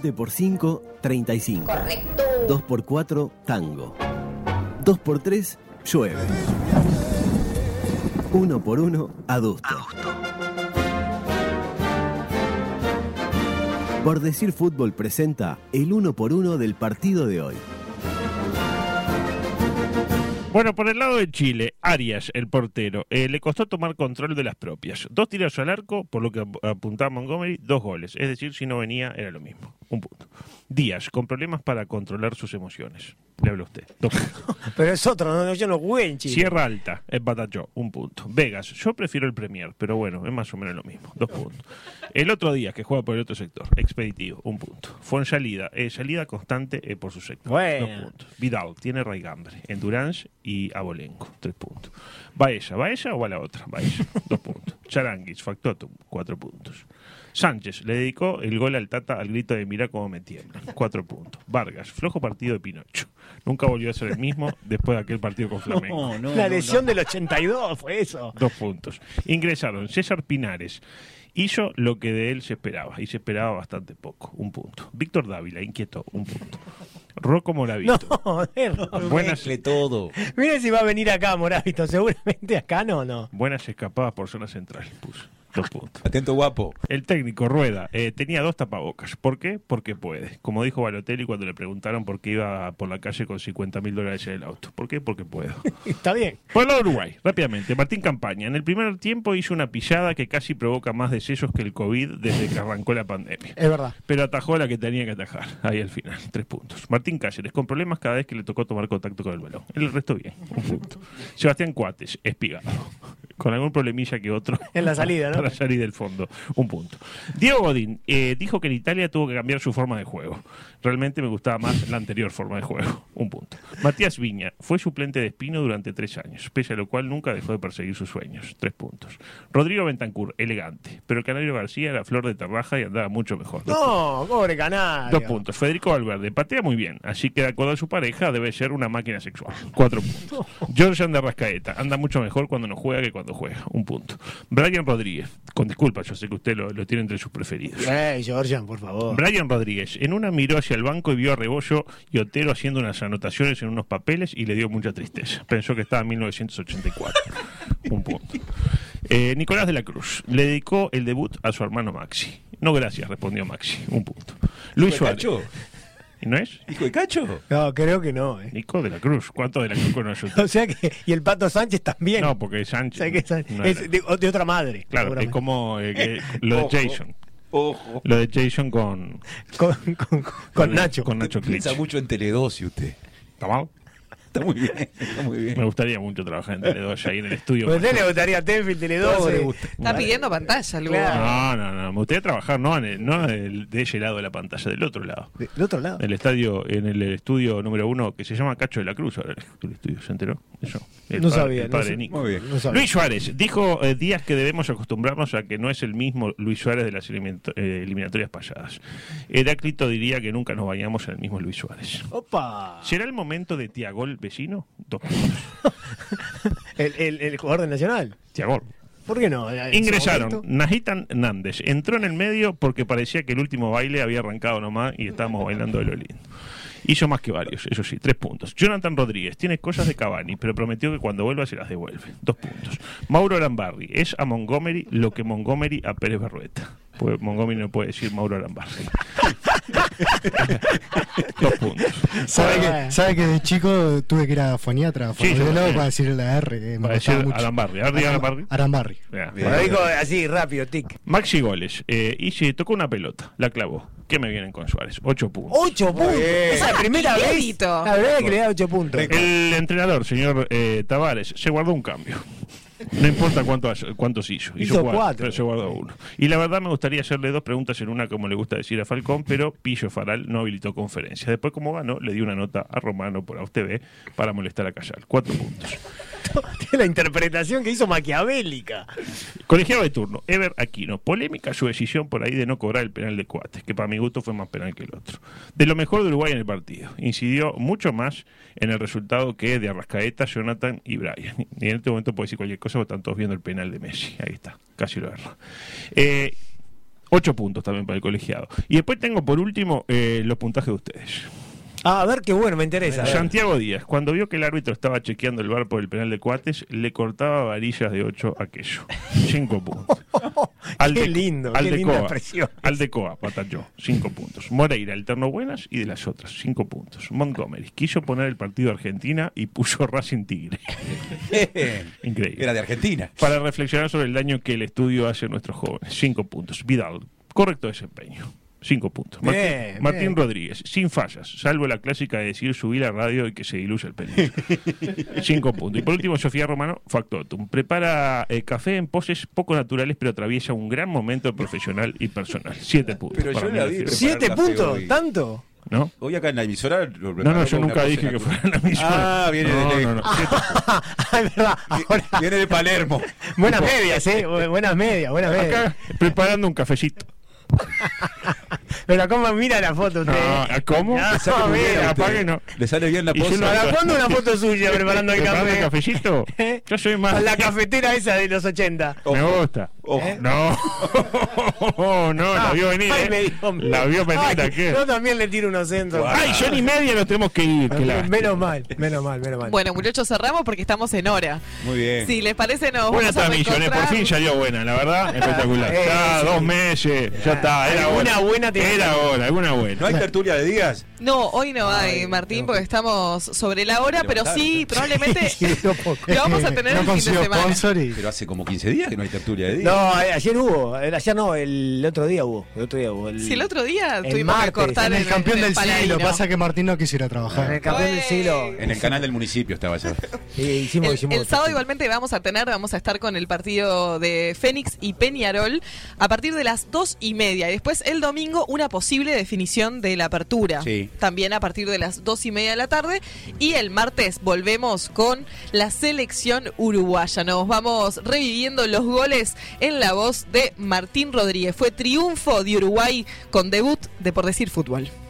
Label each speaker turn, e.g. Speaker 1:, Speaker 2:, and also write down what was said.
Speaker 1: 7x5, 35.
Speaker 2: Correcto.
Speaker 1: 2x4, tango. 2x3, llueve. 1x1, adusto. Por decir fútbol presenta el 1x1 del partido de hoy.
Speaker 3: Bueno, por el lado de Chile, Arias, el portero, eh, le costó tomar control de las propias. Dos tiros al arco, por lo que ap- apuntaba Montgomery, dos goles. Es decir, si no venía, era lo mismo. Un punto. Díaz, con problemas para controlar sus emociones. Le habla usted. Dos puntos.
Speaker 4: Pero es otro, no, yo no jugué en Chile.
Speaker 3: Sierra Alta, empata yo. Un punto. Vegas, yo prefiero el Premier, pero bueno, es más o menos lo mismo. Dos puntos. El otro día, que juega por el otro sector. Expeditivo, un punto. Fonsalida, eh, salida constante eh, por su sector.
Speaker 4: Bueno.
Speaker 3: Dos puntos. Vidal, tiene raigambre. Endurance y Abolengo, tres puntos. Baeza, ¿Baeza o a la otra? Baeza, dos puntos. Charanguis, Factotum, cuatro puntos. Sánchez le dedicó el gol al Tata al grito de mira cómo me tiemblan. Cuatro puntos. Vargas, flojo partido de Pinocho. Nunca volvió a ser el mismo después de aquel partido con Flamengo.
Speaker 4: La lesión del 82 fue eso.
Speaker 3: Dos puntos. Ingresaron César Pinares. Hizo lo que de él se esperaba, y se esperaba bastante poco, un punto. Víctor Dávila, inquietó, un punto. Rocco
Speaker 4: No,
Speaker 3: Moravito.
Speaker 4: joder.
Speaker 3: Buenas,
Speaker 5: todo.
Speaker 4: Mira si va a venir acá, Moravito. Seguramente acá no, no.
Speaker 3: buenas escapadas por zona central, puso. Dos puntos.
Speaker 5: Atento, guapo.
Speaker 3: El técnico Rueda eh, tenía dos tapabocas. ¿Por qué? Porque puede. Como dijo Balotelli cuando le preguntaron por qué iba por la calle con 50 mil dólares en el auto. ¿Por qué? Porque puedo.
Speaker 4: Está bien.
Speaker 3: Por el lado de Uruguay, rápidamente. Martín Campaña. En el primer tiempo hizo una pillada que casi provoca más decesos que el COVID desde que arrancó la pandemia.
Speaker 4: Es verdad.
Speaker 3: Pero atajó la que tenía que atajar. Ahí al final, tres puntos. Martín Cáceres, con problemas cada vez que le tocó tomar contacto con el balón. El resto bien, un punto. Sebastián Cuates, espigado. Con algún problemilla que otro.
Speaker 4: En la salida, ¿no?
Speaker 3: Para salir del fondo, un punto. Diego Godín eh, dijo que en Italia tuvo que cambiar su forma de juego. Realmente me gustaba más la anterior forma de juego, un punto. Matías Viña fue suplente de Espino durante tres años, pese a lo cual nunca dejó de perseguir sus sueños, tres puntos. Rodrigo Bentancur, elegante, pero el Canario García era flor de terraja y andaba mucho mejor. dos
Speaker 4: No, pobre canario.
Speaker 3: Dos puntos. Federico Valverde patea muy bien, así que de acuerdo a su pareja debe ser una máquina sexual. Cuatro puntos. Georgian de Rascaeta anda mucho mejor cuando no juega que cuando juega. Un punto. Brian Rodríguez, con disculpa, yo sé que usted lo, lo tiene entre sus preferidos.
Speaker 4: Eh, Georgian, por favor.
Speaker 3: Brian Rodríguez, en una miró hacia el banco y vio a Rebollo y Otero haciendo unas anotaciones en unos papeles y le dio mucha tristeza. Pensó que estaba en 1984. Un punto. Eh, Nicolás de la Cruz le dedicó el debut a su hermano Maxi. No, gracias, respondió Maxi. Un punto. Luis
Speaker 5: ¿Hijo de
Speaker 3: Suárez.
Speaker 5: cacho?
Speaker 3: ¿Y no es?
Speaker 5: ¿Hijo de cacho?
Speaker 4: No, creo que no. eh.
Speaker 3: Nico de la Cruz. ¿Cuánto de la Cruz conoce usted?
Speaker 4: O sea que. Y el pato Sánchez también.
Speaker 3: No, porque es
Speaker 4: O
Speaker 3: Sánchez.
Speaker 4: sea que es,
Speaker 3: no
Speaker 4: es
Speaker 3: era.
Speaker 4: de, de otra madre.
Speaker 3: claro, es
Speaker 4: seguramente.
Speaker 3: como eh, que- lo de
Speaker 5: Ojo.
Speaker 3: Jason.
Speaker 5: Ojo.
Speaker 3: Lo de Jason con,
Speaker 4: Con, con- con Nacho.
Speaker 3: Con Nacho Clich.
Speaker 5: Piensa mucho en Teledosi usted.
Speaker 3: ¿Está mal?
Speaker 5: Está muy bien. Está muy
Speaker 3: Me
Speaker 5: bien.
Speaker 3: gustaría mucho trabajar en Teledoya ahí en el estudio.
Speaker 4: Pues a usted le gustaría Tenfield, eh. Tele
Speaker 5: Todo
Speaker 4: 12.
Speaker 5: le gusta.
Speaker 6: Está pidiendo pantalla, el
Speaker 4: Claro.
Speaker 6: lugar.
Speaker 3: No, no, no. Me gustaría trabajar no, en el- no del- de ese lado de la pantalla, del otro lado.
Speaker 4: De- Del otro lado.
Speaker 3: El estadio, en el estudio número uno, que se llama Cacho de la Cruz, ahora el estudio, ¿se enteró? Eso. El
Speaker 4: No
Speaker 3: padre-
Speaker 4: sabía,
Speaker 3: el
Speaker 4: no
Speaker 3: padre
Speaker 4: sé.
Speaker 3: Nico.
Speaker 5: Muy bien.
Speaker 4: No sabía.
Speaker 3: Luis Suárez dijo eh, días que debemos acostumbrarnos a que no es el mismo Luis Suárez de las eliminato- eh, eliminatorias pasadas. Heráclito diría que nunca nos bañamos en el mismo Luis Suárez.
Speaker 4: Opa.
Speaker 3: ¿Será el momento de Tiagol vecino? Dos puntos.
Speaker 4: El, el- el jugador de Nacional.
Speaker 3: Tiagol.
Speaker 4: ¿Por qué no? En su
Speaker 3: Ingresaron
Speaker 4: momento.
Speaker 3: Najitan Nández. Entró en el medio porque parecía que el último baile había arrancado nomás y estábamos bailando de lo lindo. Hizo más que varios, eso sí, tres puntos. Jonathan Rodríguez tiene cosas de Cavani, pero prometió que cuando vuelva se las devuelve. Dos puntos. Mauro Lambarri es a Montgomery lo que Montgomery a Pérez Berrueta. Pues Montgomery no puede decir Mauro Lambarri. Dos puntos.
Speaker 7: ¿Sabe
Speaker 4: Ah.
Speaker 7: que, sabe que de chico tuve que ir a foniatra, a
Speaker 3: Sí, yo
Speaker 7: fonoaudiólogo
Speaker 3: también.
Speaker 7: para decir la R, que me
Speaker 3: Para
Speaker 7: costaba
Speaker 3: decir
Speaker 7: mucho.
Speaker 3: Arambarri. A ver, diga Arambarri.
Speaker 7: Arambarri.
Speaker 3: Mirá,
Speaker 4: Lo dijo así, rápido, tic.
Speaker 3: Maxi Goles. Eh, y se tocó una pelota, la clavó. ¿Qué me vienen con Suárez? Ocho puntos.
Speaker 4: ¡Ocho puntos! Esa es la primera vez.
Speaker 6: Inédito.
Speaker 4: La verdad es que le da ocho puntos.
Speaker 3: El entrenador, señor eh, Tavares, se guardó un cambio. No importa cuánto- cuántos hizo.
Speaker 4: Hizo cuatro.
Speaker 3: pero se guardó uno. Y la verdad me gustaría hacerle dos preguntas en una, como le gusta decir a Falcón, pero Pillo Faral no habilitó conferencia. Después, como ganó, le di una nota a Romano por AUTV para molestar a Casal. Cuatro puntos.
Speaker 4: La interpretación que hizo maquiavélica.
Speaker 3: Colegiado de turno, Ever Aquino. Polémica su decisión por ahí de no cobrar el penal de Cuates, que para mi gusto fue más penal que el otro. De lo mejor de Uruguay en el partido. Incidió mucho más en el resultado que de Arrascaeta, Jonathan y Brian. Y en este momento puedo decir cualquier cosa, porque están todos viendo el penal de Messi. Ahí está, casi lo erro. Eh, Ocho puntos también para el colegiado. Y después tengo por último eh, los puntajes de ustedes.
Speaker 4: Ah, a ver, qué bueno, me interesa. a ver.
Speaker 3: Santiago Díaz, cuando vio que el árbitro estaba chequeando el bar por el penal de Cuates, le cortaba varillas de 8 aquello. 5 puntos.
Speaker 4: Qué lindo, qué linda expresión.
Speaker 3: Aldecoa, Patalló, 5 puntos. Moreira, alterno buenas y de las otras, 5 puntos. Montgomery, quiso poner el partido a Argentina y puso Racing Tigre. Increíble.
Speaker 5: Era de Argentina.
Speaker 3: Para reflexionar sobre el daño que el estudio hace a nuestros jóvenes, 5 puntos. Vidal, correcto desempeño. 5 puntos. Martín,
Speaker 4: Bien,
Speaker 3: Martín
Speaker 4: bien.
Speaker 3: Rodríguez, sin fallas, salvo la clásica de decir subí la radio y que se diluya el peligro. 5 puntos. Y por último, Sofía Romano, factotum. Prepara eh, café en poses poco naturales, pero atraviesa un gran momento profesional y personal. 7 puntos.
Speaker 5: Pero
Speaker 3: Para
Speaker 5: yo
Speaker 3: mí,
Speaker 5: la
Speaker 3: así
Speaker 5: vi
Speaker 3: que-
Speaker 5: preparar
Speaker 4: ¿Siete
Speaker 5: la
Speaker 4: puntos?
Speaker 5: teoría.
Speaker 4: ¿Tanto?
Speaker 3: ¿No?
Speaker 5: Hoy acá en la emisora.
Speaker 3: No, no,
Speaker 5: lo prepararon
Speaker 3: yo
Speaker 5: con una
Speaker 3: nunca
Speaker 5: cosa
Speaker 3: dije
Speaker 5: en
Speaker 3: que
Speaker 5: la-
Speaker 3: fuera la misma.
Speaker 5: Ah, viene
Speaker 3: No,
Speaker 5: de-
Speaker 3: no, no.
Speaker 4: Ah, es verdad. Ahora,
Speaker 5: Viene de Palermo.
Speaker 4: buenas medias, ¿eh? Bu- Buenas medias, buenas medias.
Speaker 3: Acá,
Speaker 5: Eh,
Speaker 3: preparando un cafecito.
Speaker 4: Pero cómo mira la foto usted.
Speaker 3: No, ¿cómo?
Speaker 4: Ah, mira,
Speaker 5: Saca primero,
Speaker 3: apague,
Speaker 5: usted.
Speaker 3: no.
Speaker 5: Le sale bien la
Speaker 3: Y yo lo
Speaker 5: posa.
Speaker 4: ¿Para cuándo una foto suya preparando el
Speaker 3: ¿Preparando
Speaker 4: café?
Speaker 3: el cafecito?
Speaker 4: ¿Eh?
Speaker 3: Yo soy más...
Speaker 4: Con la cafetera esa de los 80.
Speaker 3: Me gusta.
Speaker 5: Ojo.
Speaker 3: ¿Eh? No, no, la vio venir.
Speaker 4: Ah, Ay,
Speaker 3: ¿eh?
Speaker 4: me dijo,
Speaker 3: la vio venir
Speaker 4: Ay,
Speaker 3: aquí.
Speaker 4: Yo también le tiro unos centros.
Speaker 3: Ay, yo ni media nos tenemos que ir. qué lástima.
Speaker 4: menos mal, menos mal, menos mal.
Speaker 2: Bueno, muchachos, cerramos porque estamos en hora.
Speaker 5: Muy bien.
Speaker 2: Si les parece, nos
Speaker 3: Buenas
Speaker 2: vamos a
Speaker 3: tardes, millones. Por
Speaker 2: reencontrar.
Speaker 3: fin salió buena, la verdad. Espectacular.
Speaker 4: Eh,
Speaker 3: Ya,
Speaker 4: sí.
Speaker 3: dos meses. Ya está. Era
Speaker 4: Alguna
Speaker 3: hora.
Speaker 4: buena tenía.
Speaker 3: Era hora, alguna buena.
Speaker 5: ¿No hay tertulia de días?
Speaker 2: No, hoy no hay, Martín, porque estamos sobre la hora, pero sí, probablemente
Speaker 4: no puedo
Speaker 2: lo vamos a tener
Speaker 7: no
Speaker 2: el fin de
Speaker 7: consigo
Speaker 2: semana.
Speaker 7: sponsor y
Speaker 5: Pero hace como 15 días que no hay tertulia de días.
Speaker 4: No, eh, ayer hubo, eh, ayer no, el otro día hubo, el otro día hubo.
Speaker 2: Si el otro día
Speaker 4: El
Speaker 2: tuvimos que
Speaker 4: martes,
Speaker 2: cortar
Speaker 4: en
Speaker 7: en el campeón
Speaker 2: en
Speaker 7: del siglo.
Speaker 2: Paladino.
Speaker 7: Pasa que Martín no quisiera
Speaker 4: en el
Speaker 7: trabajar.
Speaker 4: campeón del
Speaker 2: Ué.
Speaker 4: siglo.
Speaker 5: En el canal del municipio estaba yo.
Speaker 4: eh, hicimos,
Speaker 2: El,
Speaker 4: hicimos
Speaker 2: el sábado igualmente vamos a tener, vamos a estar con el partido de Fénix y Peñarol a partir de las dos y media. Y después el domingo una posible definición de la apertura.
Speaker 5: Sí.
Speaker 2: También a partir de las dos y media de la tarde. Y el martes volvemos con la selección uruguaya. Nos vamos reviviendo los goles en la voz de Martín Rodríguez. Fue triunfo de Uruguay con debut de Por Decir Fútbol.